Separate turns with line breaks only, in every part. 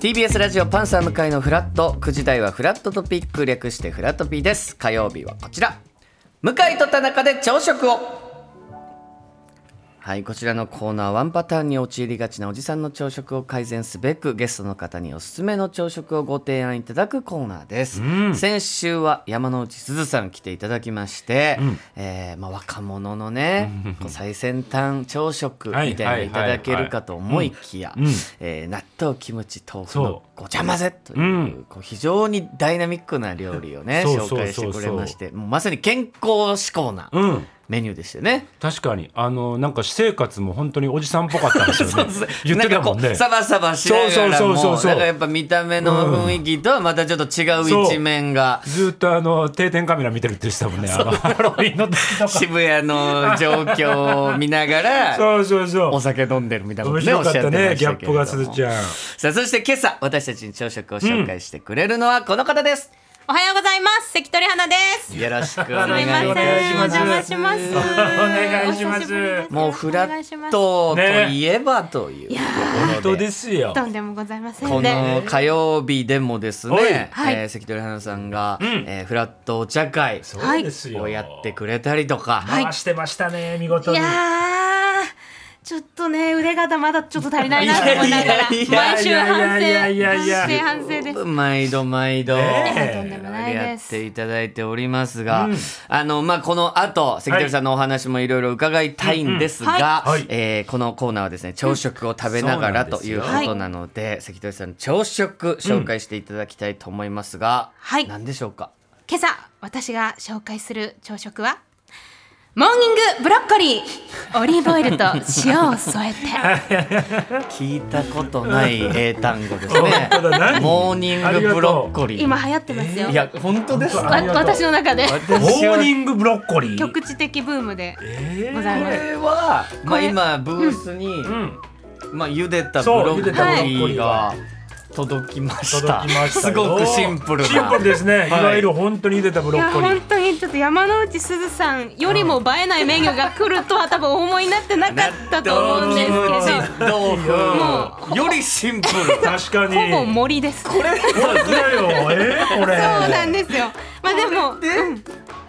TBS ラジオパンサー向かいのフラット9時台はフラットトピック略してフラトピーです火曜日はこちら向井と田中で朝食をはいこちらのコーナーワンパターンに陥りがちなおじさんの朝食を改善すべくゲストの方におすすめの朝食をご提案いただくコーナーです、先週は山之内すずさん来ていただきまして、えーまあ、若者のねこう最先端朝食みたいなのいただけるかと思いきやえー納豆キムチ豆腐の
そ
ごちゃ混ぜという,、
うん
こう非常にダイナミックな料理をね
そう
紹
そう
介し
そ
て
う
く
そう
れましてもうまさに健康志向な
うん
メニューでしたよね。
確かにあのなんか私生活も本当におじさんっぽかったんですよね
そう
言ってたもん
な
ね
んかこうサバサバしながら
そうそうそう
も
そうそう
なんかやっぱ見た目の雰囲気とはまたちょっと違う一面が
ずっとあの定点カメラ見てるって言ってたもんねあのハロウィンの時 とか
渋谷の状況を見ながら
そうそうそ
お
う
酒飲んでるみたいなこ
面
と
白
ねおっ
かっ
しゃ
た
ってま
ね
し
ギャ
た
ッ
け
プ
れど
が
も
すずちゃん
さあそして今朝私たちに朝食を紹介してくれるのはこの方です、
おはようございます関取花です
よろしくお願いい
すみま
た
せ
し
んお
ま
邪魔
す
しますお
願いします
久ぶりです
もうフラ
お願いしま
ッ
す
トといえばという、
本当ですよ
とんでもございませ
こ
んね
の火曜日でもです
はい
ね、
はい
えー関取花さんが、えーフラットお茶会
そうですよ
をやってくれたりとか、
回してましたね見事
い
に
やーちょっとね腕がまだちょっと足りないなと思いながら
いやいやいや
毎週反
い
省
やいやいや
反省反省です
毎度毎度、
ねえ
とんでもない
や
で
っ
す
ていただいておりますが、あのまあこの後関取さんのお話もいろいろ伺いたいんですが、
うんうん
はい
えーこのコーナーはですね朝食を食べながら
うんそうなん
と
です
いう
よ
ことなので、関取さんの朝食紹介していただきたいと思いますが、
はい
何でしょうか。
今朝私が紹介する朝食はモーニングブロッコリーオリーブオイルと塩を添えて
聞いたことない英単語ですね
本当だ。何
モーニングブロッコリー。
今流行ってますよ
いや本当ですか。
わ私の中で
私
モ
は
ーニングブロッコリー
局地的ブームで
えー
ござい
こ
ます
れはまあ
これ
今ブースに、
うん
まあ、茹でたブ
そ
ロッコリ
う茹でた
ブロ
ー
ッコリー
が
が
届きました
届きました
す
よ
ごくシンプルな
シンプルですね、
い
い、わゆる本当に茹でたブ
い
ロ
や
ッコリ
本
ー
当にちょっと山之内すずさんよりも映えないメニューが来るとは多分お思いになってなかったと思うんですけど
豆腐
も
よりシンプ ル
確かに
ほぼ森ですこれそう
そうだよえー、これ
なんですよまあでもうん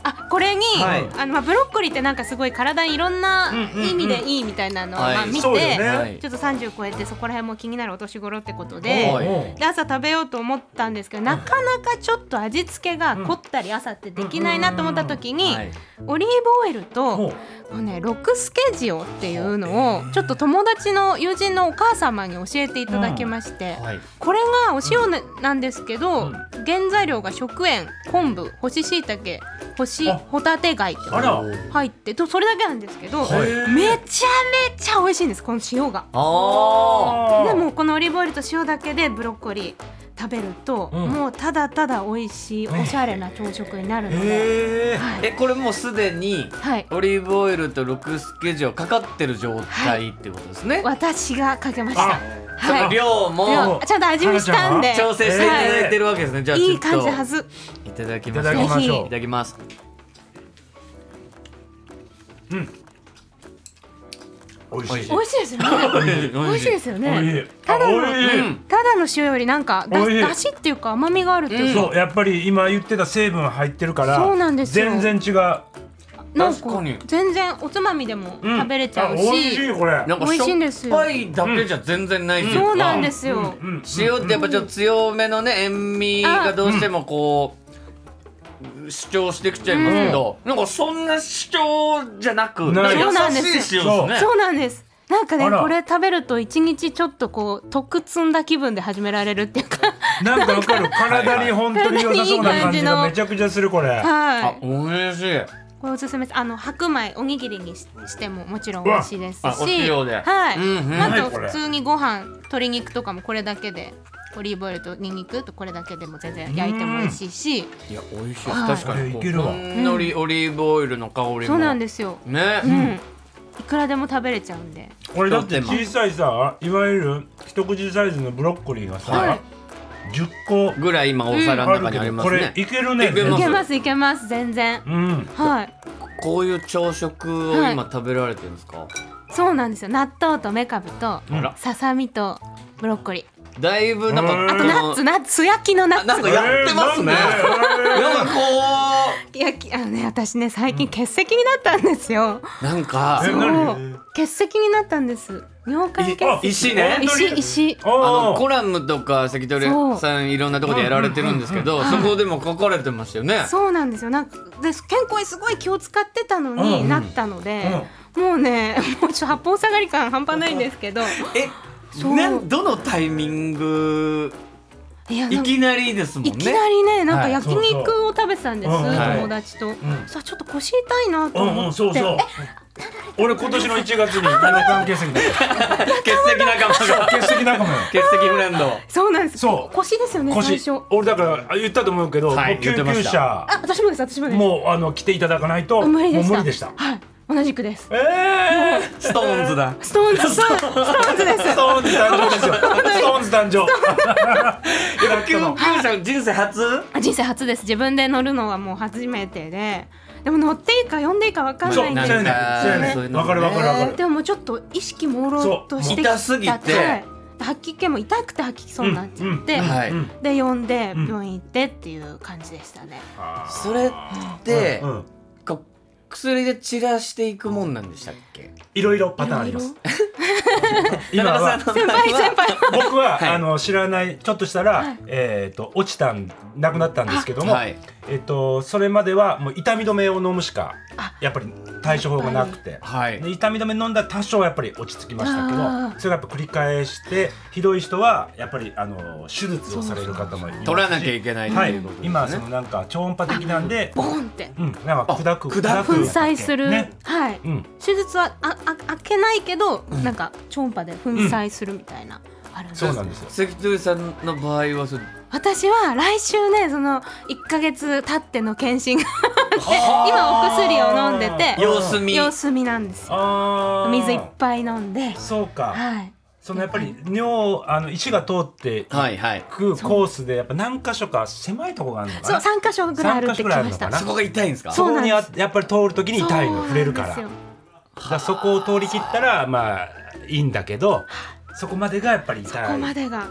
あこれに、
はい
あのまあブロッコリーってなんかすごい体にいろんな意味でいいみたいなのを、
はい
まあ、見て、
そうよね
はい
ちょっと30超えてそこら辺も気になるお年頃ってことで。
はい
うん
で朝食べようと思ったんですけどなかなかちょっと味付けが凝ったり朝ってできないなと思った時に、
はい
オリーブオイルと
もう
このねロクスケジオっていうのをちょっと友達の友人のお母様に教えていただきまして、
はい
これがお塩ななんですけど、原材料が食塩昆布干し椎茸干し
あ
ホタテ貝って
あら
入ってとそれだけなんですけど、
はい
めちゃめちゃ美味しいんですこの塩が。
あ
でもこのオリーブオイルと塩だけでブロッコリー食べると、
うん
もうただただ美味しいおしゃれな朝食になるので、
えー、
は
ーえ
い、
これもうすでに
はい、
オリーブオイルとロクスケジュかかってる状態ってことですね、
私がかけました
あ。
そ
は
の
い
量も
量ちゃんと味見したんで
調整していただいてるわけですね、じゃあちょっと
いい感じはず
いただき
い
ま
ただ
す
きまし
ぜ
ょ
いただきます
う 美味しい
美味しいですよね 美味しいですよ
美味し
ね
い
ただの
あ美味しい
うんただの塩よりなんかだ
美味しい
だしっていうか甘みがあるっていうか
そうやっぱり今言ってた成分入ってるから
そうなんですよ
全然違う、
なん
確かに
か全然おつまみでも
うん
食べれちゃう
あ美味
し
しいこれ
なんか
美
し
味しいん
ょ
で
っ
すよ
ぱいだけじゃ全然ないというか
そうなんですよ
うん
塩ってやっぱちょっと強めのね塩味がどうしてもこう主張してきちゃいますけど、なんかそんな主張じゃなく
ない
なんか優
そうなんです
しい塩ですね
そうなんですなんかね
あら
これ食べると一日ちょっとこう得積んだ気分で始められるっていうか
なんかわかる体に本当に良さそうな感じがめちゃくちゃするこれ
あ
はい
美味しい
これおすすめですあの白米おにぎりにししてももちろん美味しいですし
うわあお塩で
はい、
うんうん
あ
はい
と
これ
普通にご飯鶏肉とかもこれだけでオリーブオイルとニンニクとこれだけでも全然焼いても美味しいし
いや美味しい
はい
確かにこ
いうけるわ
ほんのりオリーブオイルの香りも
そうなんですよ、
ね、
うんいくらでも食べれちゃうんで
これだって小さいさいわゆる一口サイズのブロッコリーが
は
さ、10個
ぐらい今お皿の
あ
中
る
に
け
あり
ど
ま
こ
す
れ
ね、
いけるね
いけます
いけますいけます全然
うん
はい
こういう朝食を今食べられてるんですか、
そうなんですよ納豆とめかぶと
あら
ささみとブロッコリー
だいぶなんか
うん
あとナッツナッツ素焼きのナ
あな
ッ
んか
ツ
やってますね、
えーなんで
なんかこ
いやきあのね私ね最近欠席になったんですよ、
うなんか
え何
そう欠席になったんです尿管
い
結石
石ね
石石
あ
あの
あ
コラムとか関取さんいろんなところでやられてるんですけど、そこでも書かれてましたよね。
そうなんですよなんかで健康にすごい気を使ってたの
う
に
ん
なったので、もうね もうちょっと八方下がり感半端ないんですけど
え
そう
なんどのタイミング
いやなん
い
か
きなりですもんね。
いきなりねなんか
はい
焼肉を食べてたんです、
そうそううん
はい
友達と、
ん
さあちょっと腰痛いなと
う
思って、
んうんそうそう俺今年の1月に七関係席だ
欠席仲間 が欠
欠席仲間よ
席フレンド。
そうなんです
そう
腰ですよね最
腰
初
俺だからあ言ったと思うけど、
はい
もう救
言ってま
急
し
車
あ私もです私もです
もうあの来ていただかないと
あ無理で
もう
した
無理でした
はい同じくです
ええー、
ストーンズだ。
ストーンズストーンズストーンズです
ストーンズ誕生ですよ ストーンズ誕生
救急車人生初？
あ人生初です自分で乗るのはもう初めてででも乗っていいか呼んでいいか わかんないんです
そう
よ
なんかそうやね
そういうの
わかるわかるわかる
でももうちょっと意識朦朧としてき
そうもう痛すぎて
はい吐き気も痛くて吐きそうになっちゃって、
うんうんはい
うん
で呼んで
うん
病院行ってっていう感じでしたね、
それって、
うんうん
こう薬で散らしていくもんなんでしたっけ？
いろいろパターンあります今は
田中さん
先
の場合
輩先
は
輩
僕は、
はい
あの知らないちょっとしたら、えっ、と落ちたんなくなったんですけども、
はい
えっ、とそれまではもう痛み止めを飲むしか
あ
やっぱり対処法がなくて、
はい
で痛み止め飲んだら多少はやっぱり落ち着きましたけ
あ
ど
ー
それがやっぱ繰り返してひどい人はやっぱりあの手術をされる方もいますし
取らなきゃいけないと
はい
いうことですね。
今そのなんか超音波的なんで、
ボーンって
うん、なんか砕く
あ砕
粉砕する、
ね
はい、
うん
手術はああ開けないけど、なんか超音波で粉砕するみたいな、あるんです
そうなんですよ
関取さんの場合はそれ
私は来週ねその1か月経っての検診が今お
あー
薬を飲んでて
様子見。
様子見なんですよ
あー
水いっぱい飲んで
そうか、
はい
そのやっぱり尿あの石が通って
はいはい。
くコースでやっぱ何箇所か狭いとこがあるのか
そう
な
3箇所ぐらいあるってきまし
三箇所ぐらいあるのか
た
な
そこが痛いんですか？
そう
こに
なん
あ
で
やっぱり通る時に痛いの触れるから
そうなん
だからそこを通り切ったらまあいいんだけどそこまでがやっぱり
ですよここ
痛
ま
い
でが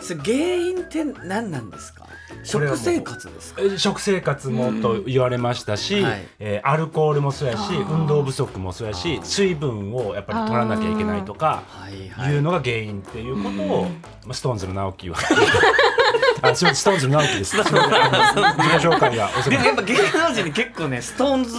それ原因って何なんですか
これはも
食
う
生活ですか
え食生活もと言われましたし、
はい
えーアルコールもそうやし
あー
運動不足もそうやし水分をやっぱり取らなきゃいけないとか
はいはい
いうのが原因っていうことを、まあ、ストーンズの直樹はあすいませんストーンズの直樹です自己紹介が遅くな
でも
っ
やっぱ芸能人に結構ねストーンズ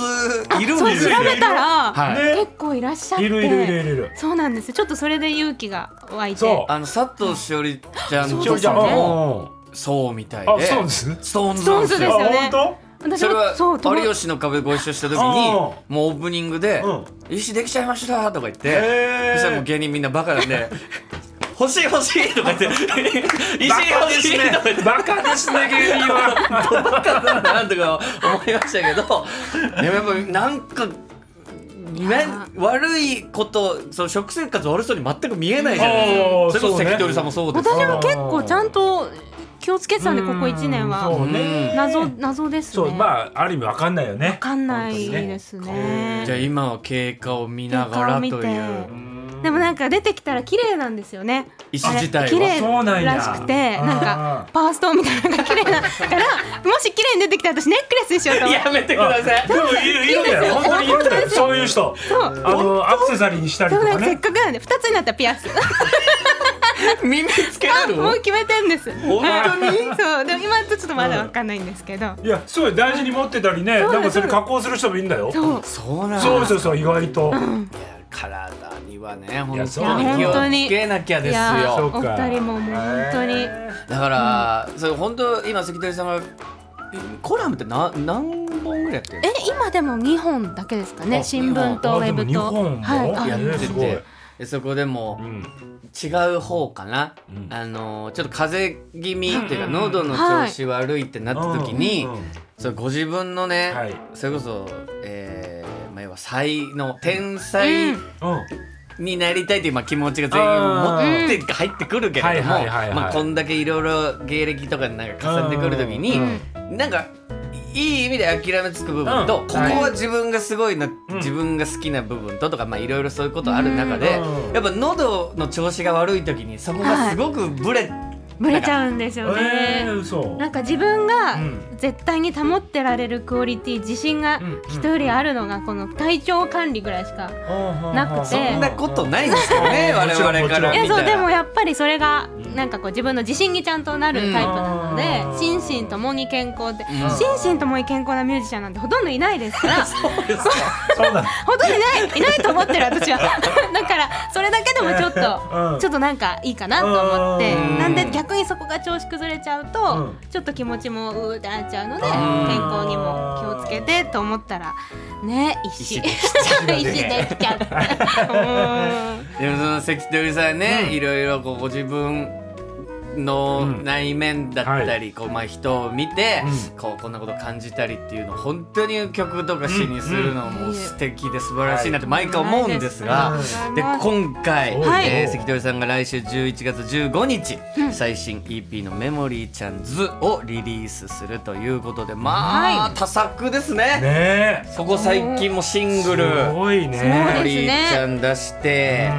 いるん
そう
で
調
すよ
べ
ね
たら、
はい
ね
結構いらっしゃって
いるいるいるいるいる
そうなんですよちょっとそれで勇気が湧いて
そう
あの佐藤しおりちゃん
そう
ちょ
で
い
す
ちゃ
よ
ん
ね
もそうみたい
あ
で
ストーンズ
ストーンズ
ストーンズです
なん
よ
で
ね
あ本
私
それ
も
は
そう友
有吉の壁ご一緒した時に
あ
もうオープニングで
うん
「石できちゃいました」とか言って
へー
そしたらもう芸人みんなバカなんで「 欲しい欲しい」とか 言って「石欲しい」とか言って
バカですね芸人は
バカだなとか思いま したけどでもやっぱなんかね悪いことその食生活悪そうに全く見えないじゃない
うん
ですかそれ
そ
こそ
うね
関取さんもそうです
私
し
も結構ちゃんと気をつけてたんでここ1年
うんそ
は
うね
謎謎です
そう
ねわ
まあある意味わかんないよね
かんないです
じゃあ
ね
今は経過を見ながらとい
経過を
う
見でもなんか出てきたら綺麗なんですよね
石自
あ
体
れ
は
綺麗らしくて
あそう
な
なんんや
か
あー
パワーストーンみたいなのが綺麗だからもし綺麗に出てきたら私ネックレスにしようと思って
やめてください
でもいるいるんだよ本当にいるんだよそういう人あのアクセサリーにしたり
で
と
もな
か
んかせっ
ね
かくなんで2つになったらピアス
耳つけ
あ
る
も
の
う決めてんです
本当に
はいそうでも今ちょっとまだわかんないんですけど
いやすごい大事に持ってたりね
そう
なんかそ
そ
れ
う
加工する人もいるんだよ
そう
そうなん
そう
だ
そうそう意外と
体にはね本
い
当
や
に
そう
気
だね
をつけなきゃ
い
です
や
よ
そ
ー
うか
お二人ももう本当に
だから、それ本当今関取さんがえコラムってな何本ぐらいやってるん
え
ですか
今でも2本だけですかね
あ
新聞と
二
ウ
本あ
ェブ
で
と
も二本も
はい
や
あ
え
って
すごい
てでそこでも
うん
違う方かな、
うん
あのちょっと風邪気味っていうか喉の
は
調
い
子悪いってなった時に、
うんうん
それご自分のね、
はい
それこそ、えーまあ、要は才能天才
うん
う
になりたいという、まあ、気持ちが全員持ってか入ってくるけれども
はいはいはいはい
まあこんだけいろいろ芸歴とかなんか重ねてくる時に、
うん
なんかいい意味で諦めつく部分と、
うん
ここは自分がすごいな、自分が好きな部分ととかまあいろいろそういうことある中で、
うん
やっぱ喉の調子が悪い時にそこがすごくブレ、
ブレちゃうんですよ
え
ね
ー、嘘
なんか自分が
うん
絶対に保ってられるクオリティ自信が
うん
人よりあるのがこの体調管理ぐらいしかなくて
そんなことないんですよね、
うん
我々から
あ
いや
見
そう
た
でも
ら。
やっぱりそれが
ん
なんかこう自分の自信にちゃんとなるタイプなので、
うん
心身ともに健康で、
うん
心身ともに健康なミュージシャンなんてほとんどいないですからほ
そうなん
とんどいないいないと思ってる私 はだからそれだけでもちょっと、
うん
ちょっとなんかいいかなと思って、
うん
なんで逆にそこが調子崩れちゃうと、ちょっと気持ちもうーってなっちゃうので、
うん
健康にも気をつけてと思ったらね
石
石石
で
で
き
きちゃった。 うん
でもその関取さんね、
うん
いろいろこうご自分の
うん
内面だったり、こうまあ人を見て、
う
こうこんなこと感じたりっていうの本当に曲とか詩にするのも素敵で素晴らしいなって毎回思うんですが。
はい
で今回、
はい
えー関取さんが来週11月15日、最新 EP の「メモリーちゃんズ」をリリースするということでまあ、多作ですね
ねえ
そこ最近もシングル
す
メ
ごい
モ
ね
リーちゃん出して、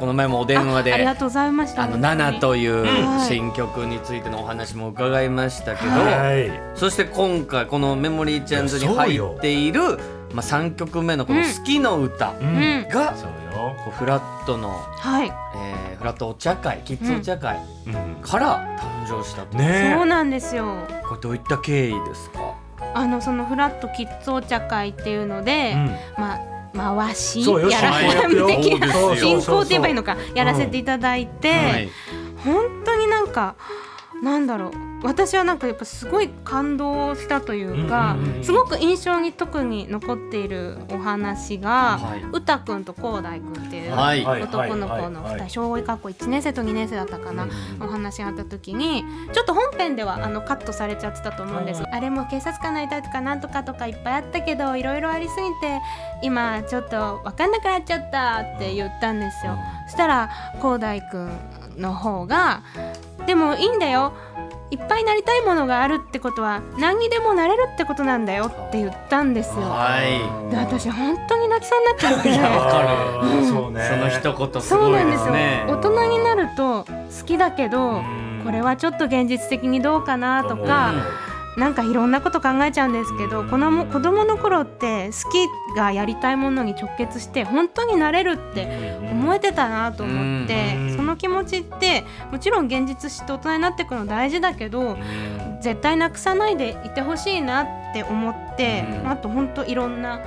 この前もお電話
あありが
で
とうございまし
「
た。
あの
本当に
ナナという
はい
新曲についてのお話も伺いましたけど、
はい
そして今回この「メモリーちゃんズ」に入っているまあ、3曲目のこの「好きの歌
う」ん
うん
が、
そう
こうフラットの「
はい、
えー、フラットお茶会キッズお茶会
よ
から誕生したと、
うんね
そうなんですよ。
これどういった経緯ですか
あのそのフラットキッズお茶会っていうので、
うん
まあ回し
そうよ
やら
し
せ
そうよ
的な
そう
進行って言えばいいの
か
かやらせていただいて、
はい
本当になんかなんだろう私はなんかやっぱすごい感動したというか、
うんうんうん
すごく印象に特に残っているお話が、
はい
歌うたくんとこうだいくんっていう
はい
男の子の2人小学校1年生と2年生だったかな、お話があった時にちょっと本編ではあのカットされちゃってたと思うんです
う
あれも警察官になりたいとかなんとかとかいっぱいあったけどいろいろありすぎて今ちょっと分かんなくなっちゃったって言ったんですよ。そしたら広大くんの方が「でもいいんだよいっぱいなりたいものがあるってことは何にでもなれるってことなんだよ」って言ったんですよ。
はい
で私本当に泣きそうになっちゃって。
わ
かる
うん
そうね
その一言す
そ
ご
う
い
なんで
ですす
よ
ね
大人になると好きだけど
うん
これはちょっと現実的にどうかなとかなんかいろんなこと考えちゃうんですけ
う
ど
ん
このも子供の頃って好きがやりたいものに直結して本当になれるって思えてたなと思っ
うん
てその気持ちってもちろん現実して大人になってくの大事だけど絶対なくさないでいてほしいなって思って
うん
あと本当いろんな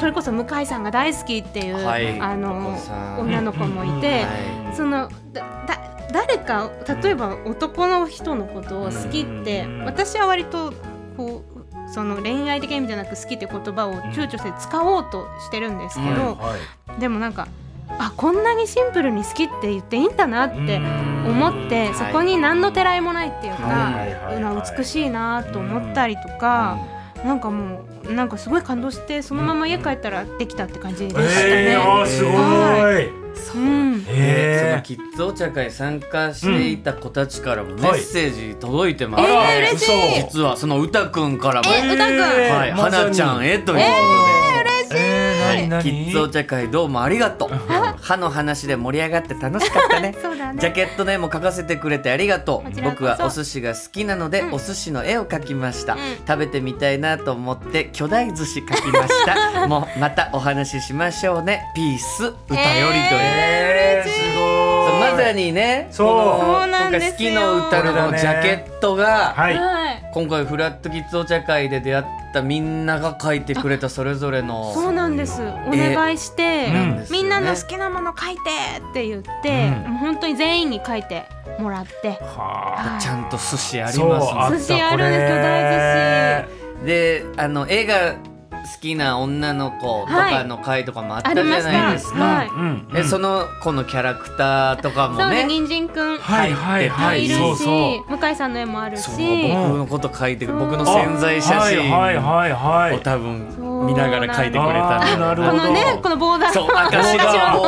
それこそ向井さんが大好きっていう
はい
あの
お子さん
女の子もいて。
は
そのだだ誰か例えば男の人のことを好きって、
うん
私は割とこうその恋愛的な意味じゃなく好きって言葉を躊躇して使おうとしてるんですけど、でもなんかあこんなにシンプルに好きって言っていいんだなって思って、そこに何のてらいもないっていうか、うわ美しいなと思ったりとか、なんかもうなんかすごい感動してそのまま家帰ったらできたって感じでしたね。
えー、あーすごい。
うん
でその
え
キッズお茶会参加していた子たちからもメッセージ届いてます、
はいえー
ー、
嬉しい
実はその歌くんからも、
え歌くん
はい、
まさに
花ちゃんへということで、
えー、なに
キッズお茶会どうもありがとう歯の話で盛り上がって楽しかった ね
そうだね
ジャケットの絵も描かせてくれてありがと
こ
う
ちらこ
僕
そ
はお寿司が好きなので、お寿司の絵を描きました、食べてみたいなと思って巨大寿司描きました もうまたお話ししましょうねピース歌よりという、
えー、すご
そう
い。
まさにね
そう
この
そうなんですよ
今回好きの歌のジャケットが、
はい。
はい
今回フラットキッズお茶会で出会ったみんなが描いてくれたそれぞれの
そうなんです。お願いして、
うん
ですよね
みんなの好きなもの書いてって言って、
うん
もう本当に全員に書いてもらって。
は
はい
ちゃんと寿司あ
あ
りますね
あ寿司あるんですよ大
寿司。
であの絵が好きな女の子とかの回とかもあったじゃないですか、
はい
うん、
えそ
の
の子のキャラクターとか
そ
も
うね、
ね
人参くん。
はいはいは
もい
い
るし、
そうそう。
向井さんの絵もあるし。
そう
そ
僕のこと書いて
そう
僕の潜在写
はい
真
はいはいは
を
い。
多分見ながら書いてくれ
そ
た
うなんですあーなる
こ
ほど
のね、このボーダー。
そう赤白のボーダー
あー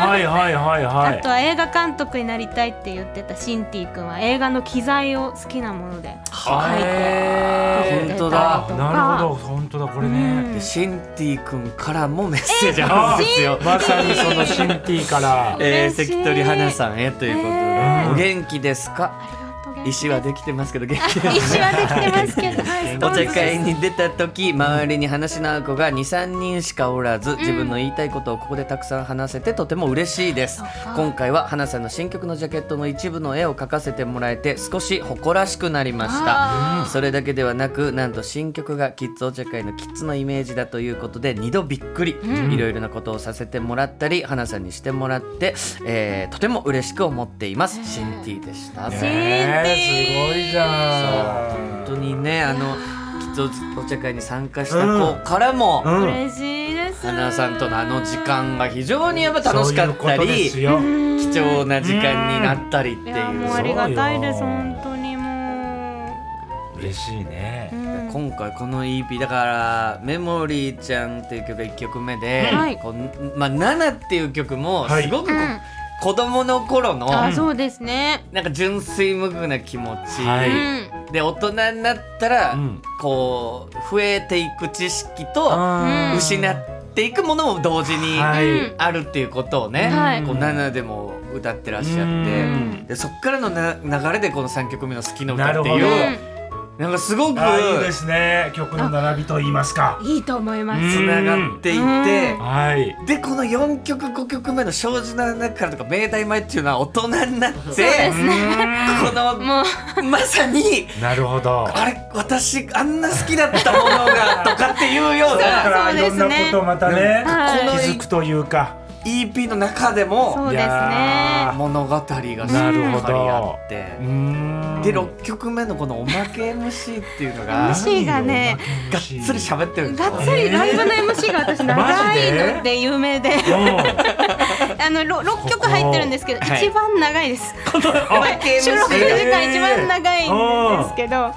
ははいはいはいは
あ
い
とは映画監督になりたいって言ってたシンティ君は映画の機材を好きなもので
あ
えー本当だ
とか
なるほど本当だこれね、
でシンティ君からもメッセージあるんですよ。
まさにそのシンティから
えー、
嬉しい
関取花さんへということで、
え
ー
お元気ですか
ありがとうございます
石はできてますけど元気です
石はできてますけど、は い、
お茶会に出た時周りに話の合う子が23人しかおらず自分の言いたいことをここでたくさん話せてとても嬉しいです今回は花さんの新曲のジャケットの一部の絵を描かせてもらえて少し誇らしくなりましたそれだけではなくなんと新曲がキッズお茶会のキッズのイメージだということで2度びっくりいろいろなことをさせてもらったり花さんにしてもらって、えーとても嬉しく思っていますシンティでした
ね
シンティ
すごいじゃん
本当にねあのきっとお茶会に参加した子からも、
うん
嬉しいです
花さんとのあの時間が非常にやっぱ楽しかっ
そういう
た
ことで
り
すよ
貴重な時間になったりって
い
いう
やもう
あ
あ
り
り
が
が
た
た
い
い
で
ですす
本
本当にも
嬉しいね
う、
今回この EP だから「メモリーちゃん」っていう曲が1曲目で「
はい
こうまあ、7」っていう曲も
はい
すごくこう、
うん
子供の頃の
あそうですね
なんか純粋無垢な気持ち、
は
う
い
ん
で大人になったら、
うん
こう増えていく知識と、
うん
失っていくものも同時に
はい、
うん
あるっていうことをね、
はい
こう7でも歌ってらっしゃって、
うん
でそっからのな流れでこの3曲目の「好きの歌」って
なる
いう
ほ
な,、んかすごく
あーいいですね曲の並びと言いますか
いいと思いま
う
す
つながっていて。
はい
でこの4曲5曲目の「障子の中から」とか「明大前」っていうのは大人になってこの
もう
まさに
なるほど
あれ私あんな好きだったものがとかっていうよう
だか
な
らいろんなことをまたね
はい
こ
気
の
づくというか
EP の中でも
そう
い
ですね
や
物語がしっ
なるほ
かり
ど
あって
ーうーん
で6曲目のこの「おまけ MC」っていうのが
MC がね
がっつり喋ってるんです
が
よ
っつりライブの MC が私長いので有名で
うん
あのろ6曲入ってるんですけど
はい
一番長いです
おまけ MC
収録時間一番長いんですけど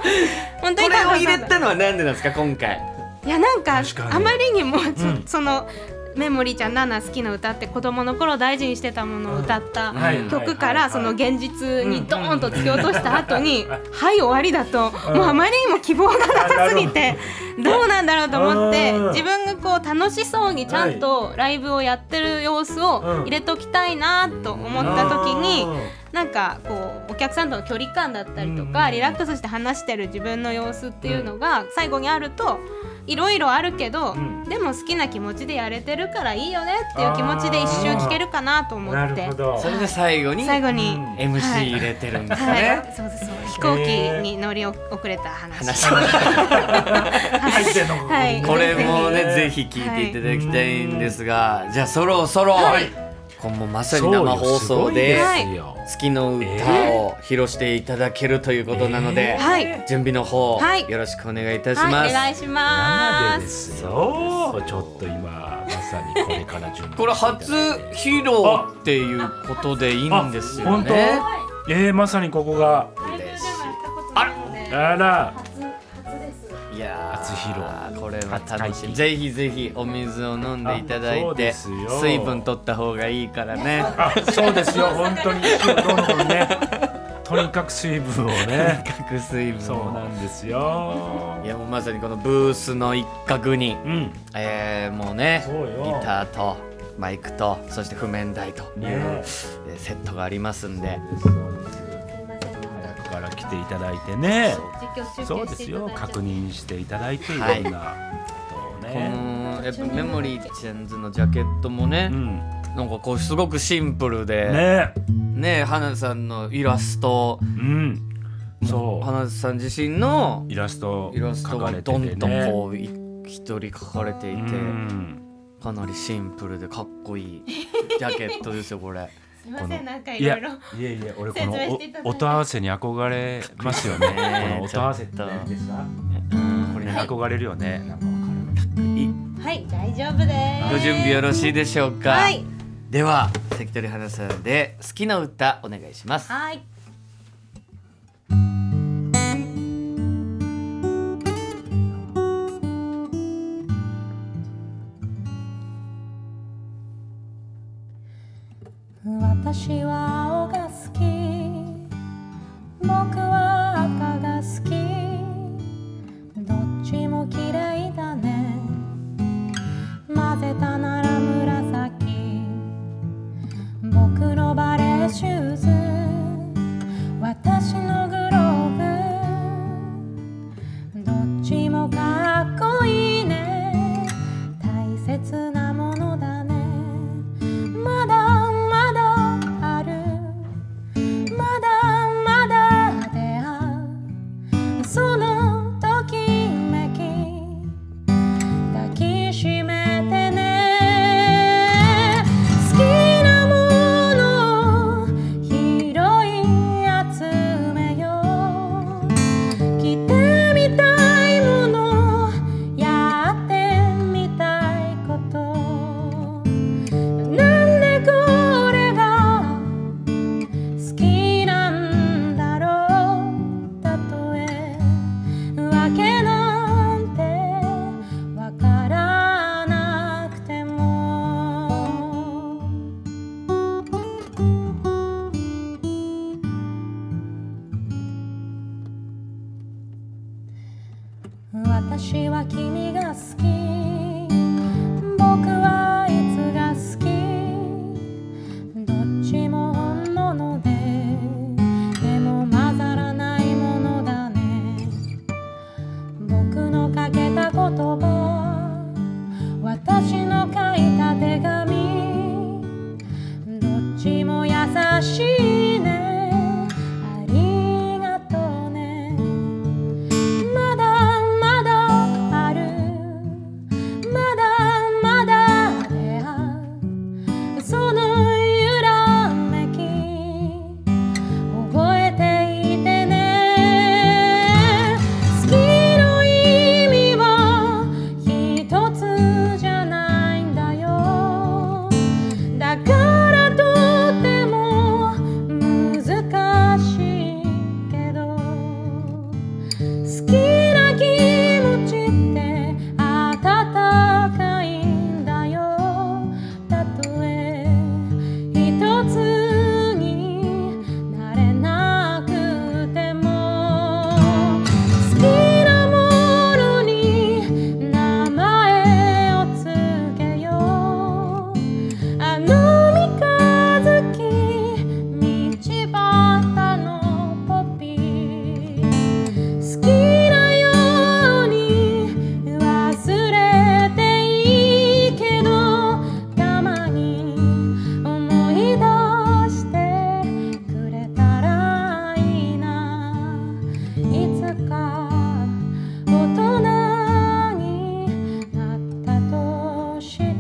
本当
こ
に
れ
た
を
だ
入れたのはなんでなんですか今回
いやなんか
確かに
あまりにもそ,、
うん
のメモリーちゃんナナ好きな歌って子供の頃大事にしてたものを歌った
んはい
曲
は
か
いはいは
ら
い
その現実にドーンと突き落とした後に
うん
「はい終わり」だと
うん
もうあまりにも希望がなさすぎてどうなんだろうと思って
うん
自分がこう楽しそうにちゃんとライブをやってる様子を
うん
入れときたいなと思った時に。なんかこうお客さんとの距離感だったりと
うんうん
か、リラックスして話してる自分の様子っていうのが最後にあるといろいろあるけど、
うん
でも好きな気持ちでやれてるからいいよねっていう気持ちで一周聞けるかなと思
な
っ
る
て
ほど
それで最後に
最後に、
うん
MC 入れてるんです
はい、
ね
そうですそうです飛行機に乗り遅れた話。
話
入ってんの
はい
これもね
ぜ
ぜ
ひ
ひ聞いていただきたいんですがじゃあそろそろ今後まさに
そうよ
生放送
す
で
ご
はいい
ですよ
「月の歌」を披露していただけるということなので
はい、
準備の方
はい
よろしくお願いいたしま
はい、お
す
願いし
生
ま。
ですすよちょっと今まさにこれから準備
これ初披露っていうことでいいんですよね
あえー、まさにここがあら
いやー
初披
これは楽し
初解禁
いぜひぜひお水を飲んでいただ
あそ
いう
で
て
すよ
水分取った方がいいからね
あそうですよ本当にどの子ねとにかく水分をね
各水分
そう
を
なんですよ
いやもうまさにこのブースの一角に
うん
えー、もうね
そうよ
ギターとマイクとそして譜面台という、
ね
えーセットがありますんで
早くから来ていただいてね
実況
そう
中
で
継し
す
ていただ
よ
いて
確認していただいてい
はい
ろんなことを
こ
ね、
のやっぱメモリーチェンズのジャケットもね、
うん
なんかこうすごくシンプルで
ね
ね花さんのイラスト
うんそう
花さん自身の
イラスト
イラスト
描
が
かれて
ど
てね
んとこうい一人描かれていて
うん
かなりシンプルでかっこいいジャケットですよこ れ。
すみません、なんかい
い
ろ
や
い
い
ろ。
やいや俺こ
説明していただい
の
て
お音合わせに憧れます よねこの音合わせって何でしたこれに憧れるよねなんかわかる
はい、大丈夫です。
ご準備よろしいでしょうか。
はい。
では関取花さんで好きな歌お願いします。
はい。私は青が好き僕は赤が好きどっちも嫌いだね混ぜたなら紫僕のバレーシューズ私のグローブどっちもかっこいいね大切なものだねまだまだあるまだまだ出会うそのときめき抱きしめてね好きなものを拾い集めよう着てみたいものやってみたいことなんでこれが好きなんだろうたとえわけなんてわからなくても私は君が好き僕はいつが好きどっちも本物ででも混ざらないものだね僕のかけた言葉私の書いた手紙どっちも優しいねありがとうねまだまだあるまだまだ出会うその揺らめき覚えていてね好きの意味は一つじゃないんだよだからとても難しいけど好きな気持ちって暖かいんだよたとえ一つになれなくても好きなものに名前をつけようあの三日月道端のポピー好きなように忘れていいけどたまに思い出してくれたらいいないつか大人になったとして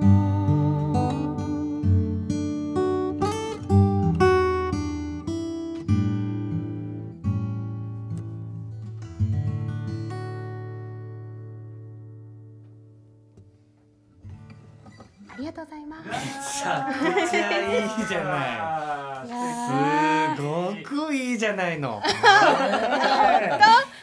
も
ありがとうございます
さあこちらいいじゃない
あ
すごくいいじゃないの。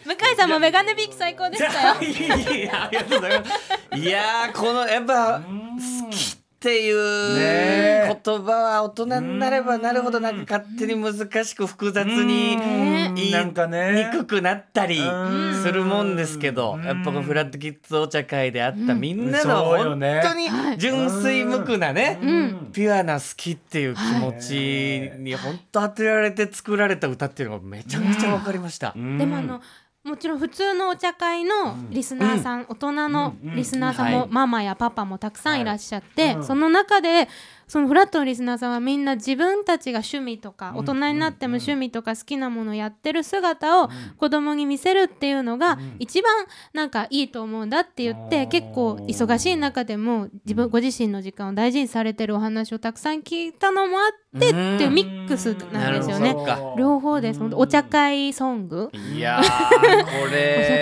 向井さんもメガネビーキ最高でしたよ。
いやありがとうございます。 いやーこのやっぱ好きっていう
ねえ
言葉は大人になればなるほどなんか勝手に難しく複雑に
うん
言い
なんかね
にくくなったり
うん
するもんですけど、
うん
やっぱこのフラットキッズお茶会であったみんなの
そうよ
本
ね
当に純粋無垢なね。
ん
ピュアな好きっていう気持ちに本当当てられて作られた歌っていうのがめちゃくちゃわかりました。
でもあのもちろん普通のお茶会のリスナーさん、大人のリスナーさん
うん
も、
はい
ママやパパもたくさんいらっしゃって、
うん
その中でそのフラットのリスナーさんはみんな自分たちが趣味とか
うん
大人になっても趣味とか好きなものをやってる姿を子供に見せるっていうのが
ん
一番なんかいいと思うんだって言って、
あー
結構忙しい中でも自分ご自身の時間を大事にされてるお話をたくさん聞いたのもあってっていうミックスなんですよね。
なるほ
両方です本当お茶会ソング
いやーこ れ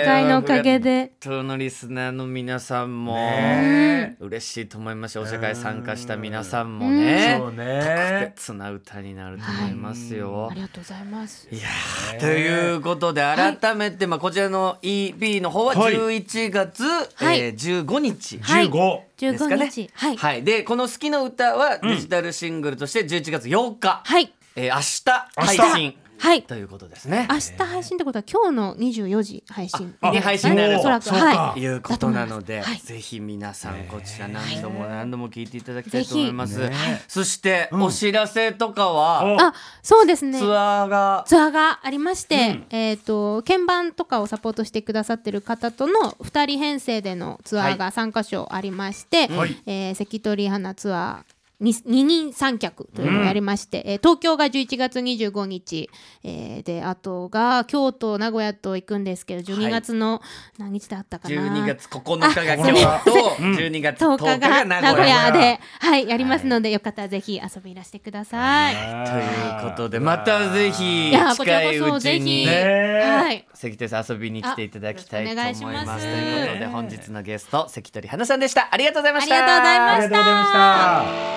お茶会のおかげで
フラットのリスナーの皆さんも
ね
嬉しいと思いますしお茶会参加した皆さんもね、
そうね。
別な歌になると思いますよ。
ありがとうございます。
いやーということで改めて、まあ、こちらの EB の方は
はい
11月、
はい
えー15日
はい
十五。
15
ですかね。
日、はい、はい、
はい、でこの「好きの歌」はデジタルシングルとして11月8日、
はい、
えー明日
明日
配信ということですね。
明日配信ってことは今日の24時配信
あ
で
配信になる
おそらく
そうか
はい
い。
うことなので、
はい
ぜひ皆さん
ね
こちら何度も何度も聞いていただきたいと思います。
ぜひはい
そして、
うん
お知らせとかは、
お
あそうですね
ツアーが
ツアーがありまして、えっ、と鍵盤とかをサポートしてくださってる方との2人編成でのツアーが3カ所ありまして、
はい
えー関取花ツアーに二人三脚というのをやりまして、えー東京が11月25日、えーであとが京都名古屋と行くんですけど12月の何日だったかな、
12月9日が今
あ
日と
うん
12月
10
10
日
日
が
が
名
名
古
古
屋
屋
で、はい、やりますので、よかったらぜひ遊びいらしてください。
ということでまたぜひ
いやこちら
近
こそ
いうちに
ぜひ
ねえ。
はい、
関取さん遊びに来ていただきたいと思います
あよろしくお願いします
ということで本日のゲスト関取花さんでしたありがとうございま
あ
し
り
た
がとうございま
あ
し
り
た
がとうございました。